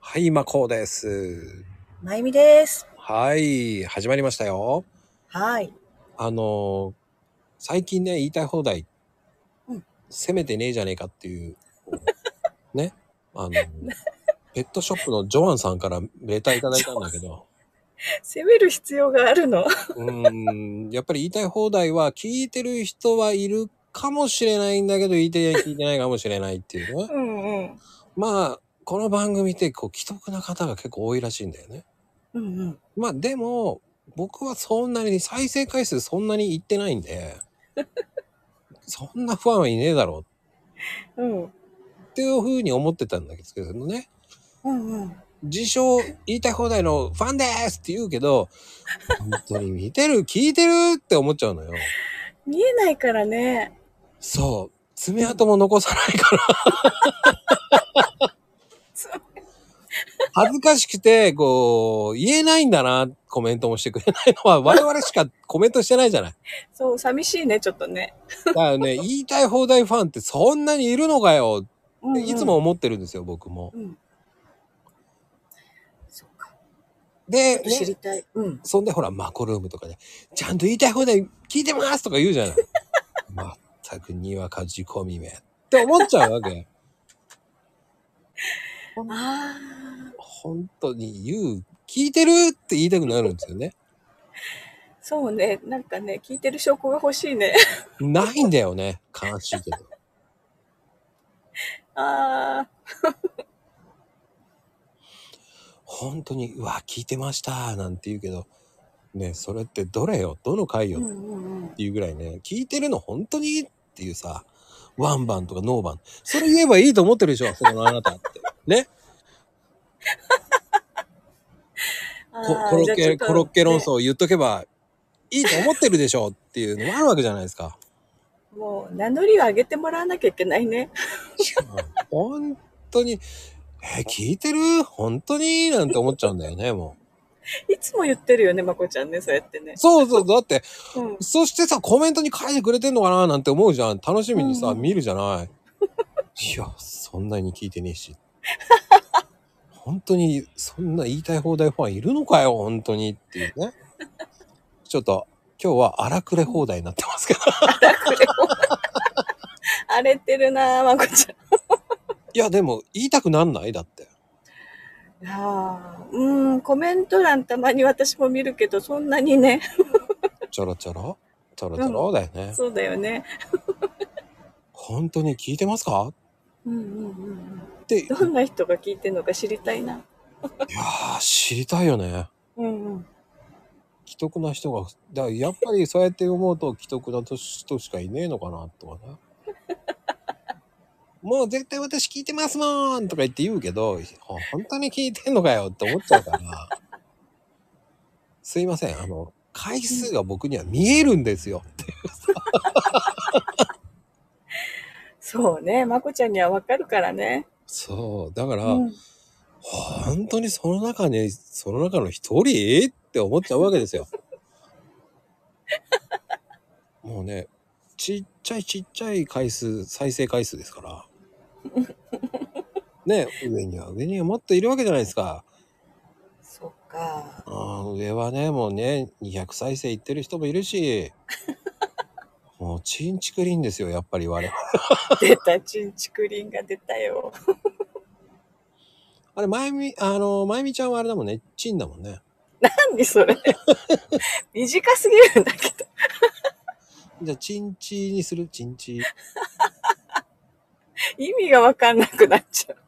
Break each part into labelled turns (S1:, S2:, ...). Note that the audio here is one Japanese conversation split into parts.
S1: はい、今こうです。
S2: まゆみです。
S1: はい、始まりましたよ。
S2: はい。
S1: あのー最近ね、言いたい放題、
S2: うん
S1: 攻めてねえじゃねえかっていう、 こうね、あのーペットショップのジョアンさんからレターいただいたんだけど、
S2: 攻める必要があるの。
S1: うーん、やっぱり言いたい放題は聞いてる人はいるかもしれないんだけど、言いて聞いてないかもしれないっていうね。
S2: うんうん。
S1: まあ、この番組って、こう、既得な方が結構多いらしいんだよね。
S2: うんうん。
S1: まあでも、僕はそんなに再生回数そんなにいってないんで、そんなファンはいねえだろ
S2: うん。
S1: うっていうふうに思ってたんだけどね、
S2: うんうん。
S1: 自称言いたい放題のファンですって言うけど、本当に見てる、聞いてるって思っちゃうのよ。
S2: 見えないからね。
S1: そう。爪痕も残さないから。恥ずかしくて、こう、言えないんだな、コメントもしてくれないのは、我々しかコメントしてないじゃない。
S2: そう、寂しいね、ちょっとね。
S1: だからね、言いたい放題ファンってそんなにいるのかよ
S2: うん
S1: っていつも。思ってるんですよ、僕も。
S2: うん。そうか。
S1: で、
S2: 知
S1: ね、
S2: りたい。うん。
S1: そんでほら、マコルームとかね、ちゃんと言いたい放題聞いてますとか言うじ ゃない。まったくにわか仕込みめって思っちゃうわけ。
S2: あ
S1: 本当に言う、聞いてるって言いたくなるんですよね。
S2: あ。そうね。なんかね、聞いてる証拠が欲しいね。
S1: ないんだよね、悲しいけど。
S2: ああ。
S1: 本当に、うわ、聞いてましたなんて言うけど、ね、それってどれよ、どの回よ
S2: うんうんうん
S1: っ。ていうぐらいね、聞いてるの本当にっていうさ、ワンバンとかノーバン。それ言えばいいと思ってるでし ょ、そこのあなたって。ね。
S2: あ
S1: コ
S2: ー
S1: コロッ
S2: じゃあちょ
S1: ケ、
S2: っと
S1: コロッケ論
S2: ね
S1: 争を言っとけばいいと思ってるでしょっていうのもあるわけじゃないですか。
S2: もう名乗りを上げてもらわなきゃいけないね。
S1: 本当に、え、聞いてる本当になんて思っちゃうんだよね、も
S2: いつも言ってるよね、まこちゃんね、そうやってね
S1: う。。そうそう、だって、
S2: うん。
S1: そしてさ、コメントに書いてくれてんのかななんて思うじゃん。楽しみにさ、
S2: うん
S1: 見るじゃ ない。いや、そんなに聞いてねえし。本当に、そんな言いたい放題ファンいるのかよ、本当にっていうね。ちょっと、今日は荒くれ放題になってますけ ど。
S2: 荒れてるな、まこちゃん。
S1: いや、でも、言いたくなんないだって。
S2: ああ、うん、コメント欄たまに私も見るけど、そんなにね、
S1: ちょろちょろちょろちょろだよね。
S2: そうだよね。
S1: 本当に聞いてますか
S2: うんうんうんうん。
S1: って、いや
S2: どんな人が聞いてるのか知りたいな。
S1: ー、知りたいよね。
S2: うんうん。
S1: 既得な人が、だからやっぱりそうやって思うと既得な人しかいねえのかな とかね。もう絶対私聞いてますもんとか言って言うけど、ほ本当に聞いてんのかよって思っちゃうから。すいません、あの、回数が僕には見えるんですよ。
S2: そうね、まこちゃんにはわかるからね。
S1: そう、だから、
S2: うん、
S1: 本当にその中に、その中の一人って思っちゃうわけですよ。 もうね、ちっちゃいちっちゃい回数、再生回数ですから。ね、上には上にはもっといるわけじゃないですか。
S2: そっか。
S1: あー上はね、もうね、200再生いってる人もいるし、もうチンチクリンですよ、やっぱり我々。
S2: 出た、チンチクリンが出たよ。
S1: あれ、まゆみ、あの、まゆみちゃんはあれだもんね、チンだもんね。
S2: 何それ。 短すぎるんだけど。
S1: じゃあ、チンチにする、チンチ。
S2: 意味がわかんなくなっちゃう。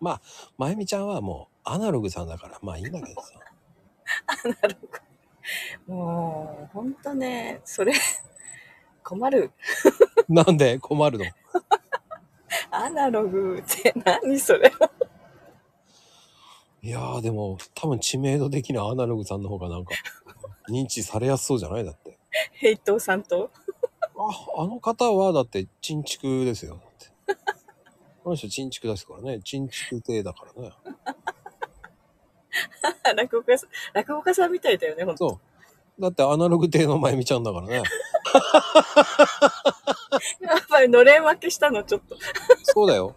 S1: まゆみちゃんはもうアナログさんだから、まあいいんだけどさ。
S2: なるほど。もう、ほんとね、それ、困る。
S1: なんで困るの
S2: アナログって何それ。
S1: いやーでも多分知名度的なアナログさんの方がなんか認知されやすそうじゃないだって。
S2: ヘイトさんと
S1: あ、あの方はだってチンチクですよ。だって。この人チンチクですからね。チンチク亭だからね。
S2: 落語家さん、落語家さんみたいだよね、ほんと。
S1: そう。だってアナログ亭のまゆみちゃんだからね。
S2: やっぱりのれん分けしたの、ちょっと。
S1: そうだよ。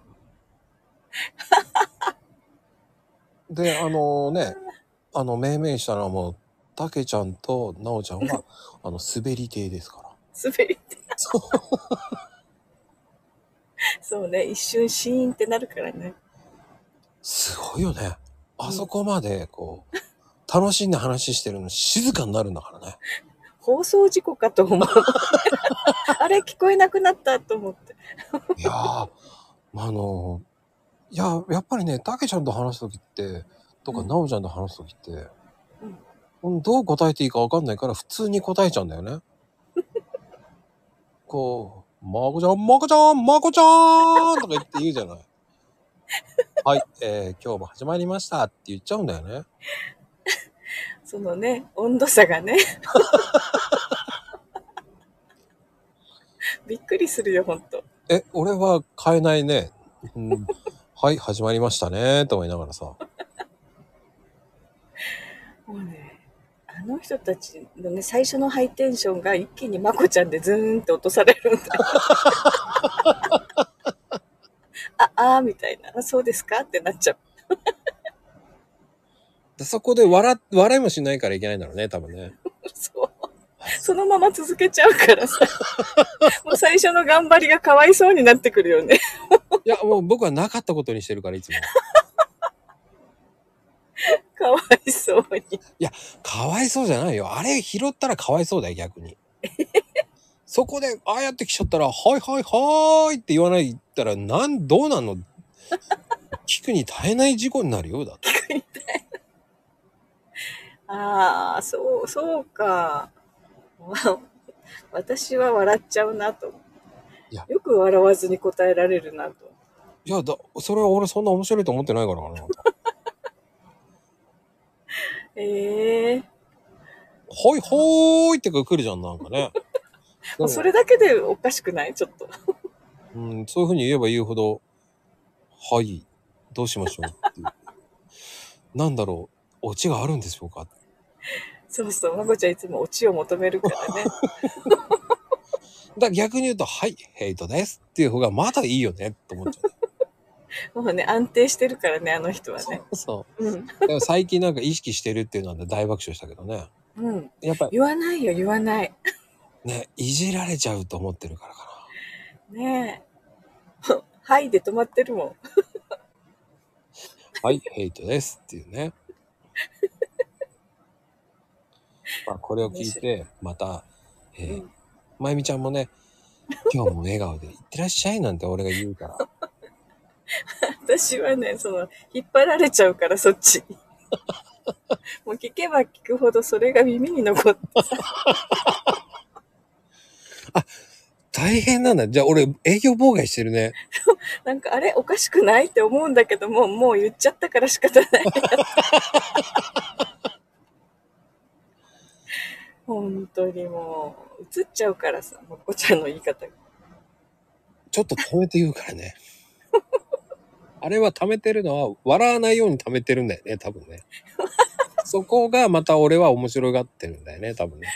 S1: で、あのね、あの、命名したのはもう、たけちゃんとなおちゃんは、あの、滑り亭ですから。
S2: 滑り って
S1: そう。
S2: そうね一瞬シーンってなるからね
S1: すごいよね。あそこまで、こう、楽しんで話してるのに静かになるんだからね。
S2: 放送事故かと思うあれ聞こえなくなったと思って
S1: いやー、あのいや、やっぱりね、たけちゃんと話すときって、とか、
S2: うん
S1: なおちゃんと話すときって、うんどう答えていいかわかんないから、普通に答えちゃうんだよね。 こう、まこちゃん、まこちゃん、まこちゃんとか言って言うじゃない。はい、えー今日も始まりましたって言っちゃうんだよね。
S2: そのね温度差がねびっくりするよほんと
S1: え、俺は変えないね。うん、はい、始まりましたね、と思いながらさ。
S2: もうねあの人たちのね最初のハイテンションが一気にまこちゃんでズーンって落とされるんだ ああーみたいなあそうですかってなっちゃう
S1: でそこで笑、笑いもしないからいけないんだろうね、多分ね。
S2: そうそのまま続けちゃうからさもう最初の頑張りがかわいそうになってくるよね
S1: いや、もう僕はなかったことにしてるから、いつ も。
S2: かわいそうに
S1: かわいそうじゃないよ。あれ拾ったらかわいそうだよ、逆 に。そこで、ああやって来ちゃったら、はいはいはーいって言わないったら、なん、どうなんの聞くに耐えない事故になるよ、だって。
S2: ああそうそうかわ私は笑っちゃうなと
S1: いや
S2: よく笑わずに答えられるなと
S1: いや、だ、それは俺そんな面白いと思ってないからかな。
S2: ええ
S1: はいはーいってか来るじゃん、なんか ね。
S2: もうそれだけでおかしくないちょっと。
S1: うん、そういうふうに言えば言うほど、はい、どうしましょうっていう。なんだろう、オチがあるんでしょうか
S2: そうそう、まこちゃんいつもオチを求めるか らね。
S1: だ逆に言うと、はい、ヘイトですっていう方がまだいいよねって思っちゃ
S2: もうね、安定してるからね、あの人はね。
S1: う。 そ
S2: うん。
S1: う。でも最近なんか意識してるっていうのは大爆笑したけどね。
S2: うん。
S1: やっぱり
S2: 言わないよ、言わない。
S1: ね、いじられちゃうと思ってるからかな。
S2: ねえ。 はいで止まってるもん。
S1: はい、ヘイトですっていう ね。まあ、これを聞いて、また、えー
S2: うん
S1: まゆみちゃんもね、今日も笑顔で、いってらっしゃいなんて俺が言うから。
S2: 私はね、その、引っ張られちゃうから、そっ ちに。もう聞けば聞くほどそれが耳に残って。
S1: 大変なんだ。じゃあ俺営業妨害してるね。
S2: なんか、あれおかしくないって思うんだけども、もう言っちゃったから仕 方ない。本当にもう、映っちゃうからさ、もっこちゃんの言い方が。
S1: ちょっと溜めて言うからね。あれは溜めてるのは笑わないように溜めてるんだよね、多分ね。そこがまた俺は面白がってるんだよね、多分ね。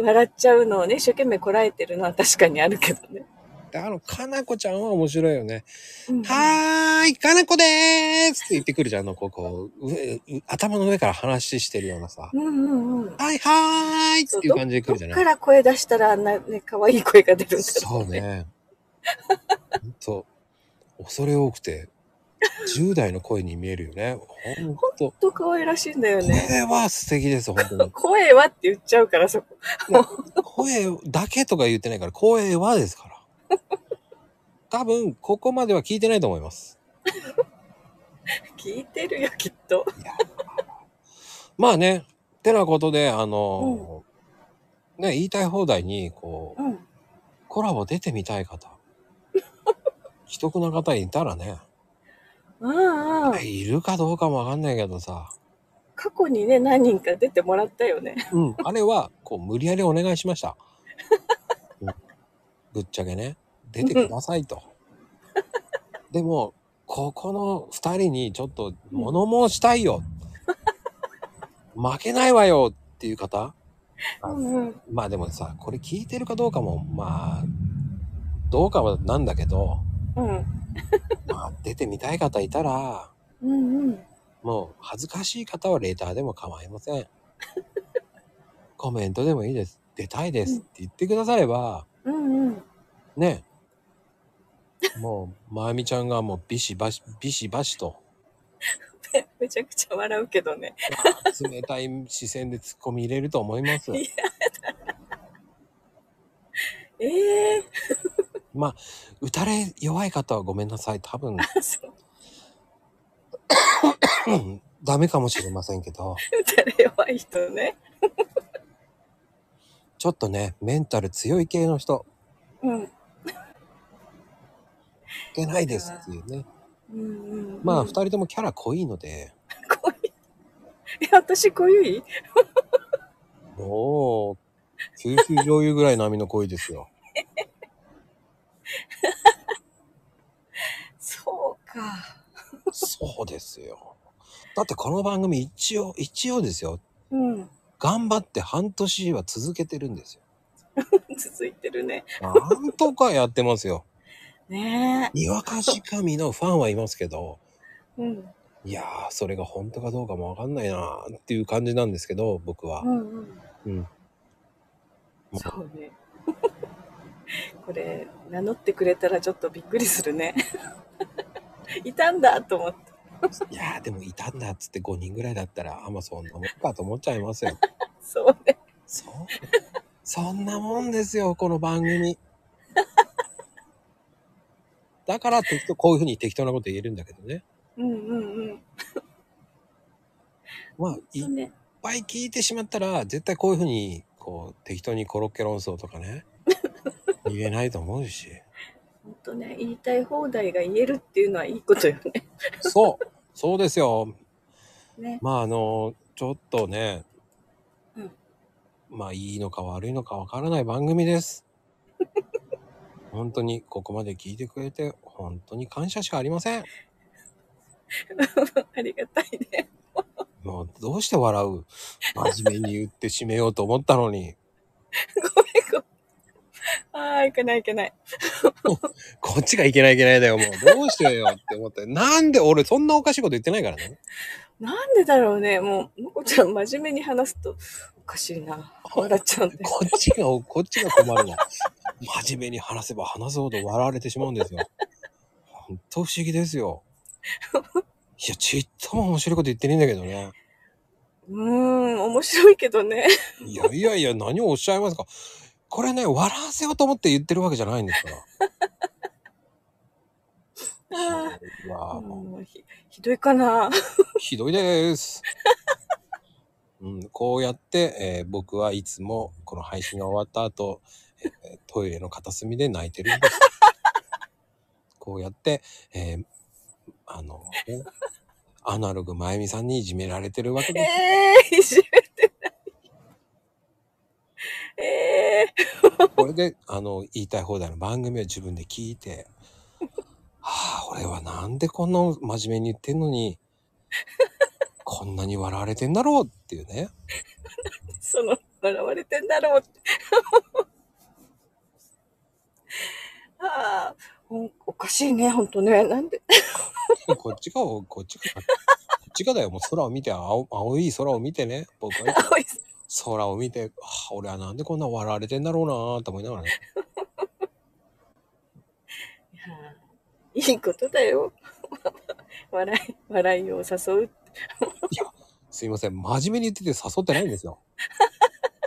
S2: 笑っちゃうのをね、一生懸命こらえてるのは確かにあるけどね。
S1: であの、かなこちゃんは面白いよね。
S2: うん
S1: はーい、かなこでーすって言ってくるじゃん、あの、こうこう、上う頭の上から話してるようなさ。
S2: うんうんうん。
S1: はいはーいっていう感じで来
S2: ど
S1: る
S2: っ
S1: じゃ
S2: か
S1: ない。
S2: ら声出したらあんなね、可愛い声が出るんだ
S1: そうね。ほんと、恐れ多くて、10代の声に見えるよね。ほんと。
S2: ほんと可愛らしいんだよ
S1: こ
S2: ね。。
S1: れは素敵です、本当に
S2: 声はって言っちゃうから、そこ。
S1: 声だけとか言ってないから、声はですから。多分、ここまでは聞いてないと思います。
S2: 聞いてるよ、きっと。
S1: まあね、てなことで、あのーね、言いたい放題に、こう、
S2: うん。
S1: コラボ出てみたい方、既得な方いたらね、
S2: うんうん。
S1: いるかどうかもわかんないけどさ、
S2: 過去にね、何人か出てもらったよね。
S1: うん、あれは、こう、無理やりお願いしました。うんぶっちゃけね、出てくださいと。でも、ここの二人にちょっと物申したいよ。負けないわよっていう方あ
S2: うんうん。
S1: まあでもさ、これ聞いてるかどうかも、まあ、どうかはなんだけど、
S2: うん。
S1: まあ、出てみたい方いたら、
S2: うんうん。
S1: もう恥ずかしい方はレターでも構いません。 コメントでもいいです。出たいですって言ってくだされば、
S2: うんうん。
S1: ね。もう、まゆみちゃんがもうビシバシ、ビシバシと、
S2: めちゃくちゃ笑うけどね。
S1: 冷たい視線で突っ込み入れると思い ます。
S2: ええ
S1: まあ、打たれ弱い方はごめんなさい。多分、
S2: ー、そう。
S1: うんダメかもしれませんけど、
S2: 打たれ弱い人ね。
S1: ちょっとね、メンタル強い系の人、
S2: うん。
S1: いけないですっていうね。
S2: うんうんうん、
S1: まあ、二
S2: こ
S1: 人ともキャラ濃いので、
S2: ういうえ、私こういうい
S1: もう、九州醤油ぐらいの網の濃いですよ。
S2: そうか。
S1: そうですよ。だってこの番組一応、一応ですよ。
S2: うん。
S1: 頑張って半年は続けてるんですよ。
S2: 続いてるね。
S1: なんとかやってますよ。
S2: ね
S1: にわかし神のファンはいますけど、
S2: え。うん。
S1: いやー、それが本当かどうかもわかんないなーっていう感じなんですけど、僕は
S2: う。んうん。
S1: うん。
S2: そうね。 これ、名乗ってくれたらちょっとびっくりするね。 いたんだと思って。
S1: いやー、でもいたんだっつって5人ぐらいだったら、あ、まあそんなもんかと思っちゃいますよ。
S2: そうね。
S1: そう。そんなもんですよ、この番組。だから適当、こういうふうに適当なこと言えるんだけどね。
S2: うんうんうん。
S1: まあ、いっ
S2: そうね。
S1: ぱい聞いてしまったら、絶対こういうふうに、こう、適当にコロッケ論争とか ね、言えないと思うし。
S2: ほんとね、言いたい放題が言えるっていうのはいいことよね。
S1: そう、そうですよ。
S2: ね。
S1: まあ、あの、ちょっとね、
S2: うん
S1: まあ、いいのか悪いのかわからない番組です。本当に、ここまで聞いてくれて、本当に感謝しかありません。
S2: ありがたいね。
S1: もうどうして笑う真面目に言って締めようと思ったのに、
S2: ああ、いけないいけない。
S1: こっちがいけないいけないだよ、もう。どうしてよって思って。なんで俺そんなおかしいこと言ってないからね。
S2: なんでだろうね。もう、もこちゃん真面目に話すと、おかしいな。笑っちゃうんで。
S1: こっちが、こっちが困るわ。真面目に話せば話すほど笑われてしまうんですよ。ほんと不思議ですよ。いや、ちっとも面白いこと言ってねえんだけどね。
S2: うーん、面白いけどね。
S1: いやいやいや、何をおっしゃいますか。これね、笑わせようと思って言ってるわけじゃないんですから。
S2: あ
S1: うわ
S2: あ、
S1: あもう
S2: もうひ、ひどいかな。
S1: ひどいです。うん、こうやって、えー僕はいつもこの配信が終わった後、えートイレの片隅で泣いてるんです。こうやって、えーあの、ねアナログまゆみさんにいじめられてるわけ
S2: え
S1: です。
S2: えいじめてない。ええ
S1: これで、あの、言いたい放題の番組を自分で聞いて、はあ、俺はなんでこんな真面目に言ってんのに、こんなに笑われてんだろうっていうね。
S2: その、笑われてんだろうって。 ああ、おおかしいね、ほんとね。なんで、
S1: こっちが、こっちが、こっちがだよ。もう空を見て、青青い空を見てね。僕は
S2: 青い
S1: 空を見て、あ俺はなんでこんな笑われてんだろうなぁと思いながらね。
S2: いいことだよ。笑い、笑いを誘う。
S1: すいません。真面目に言ってて誘ってないんですよ。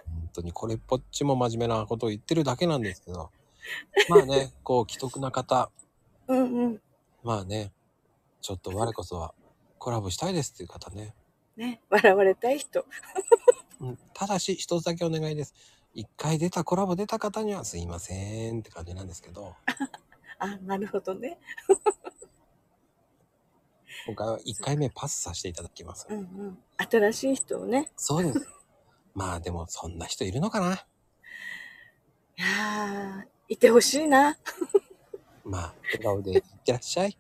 S1: 本当にこれっぽっちも真面目なことを言ってるだけなんですけど。まあね、こう、既得な方、
S2: うんうん。
S1: まあね、ちょっと我こそはコラボしたいですっていう方ね。
S2: ね、笑われたい人。
S1: うん、ただし、一つだけお願いです。一回出た、コラボ出た方にはすいませんって感じなんですけど。
S2: あ、なるほどね。
S1: 今回は1回目パスさせていただきます
S2: う。んうん。新しい人をね。
S1: そうです。まあでもそんな人いるのかない
S2: やーいてほしいな。
S1: まあ笑顔でいってらっしゃい。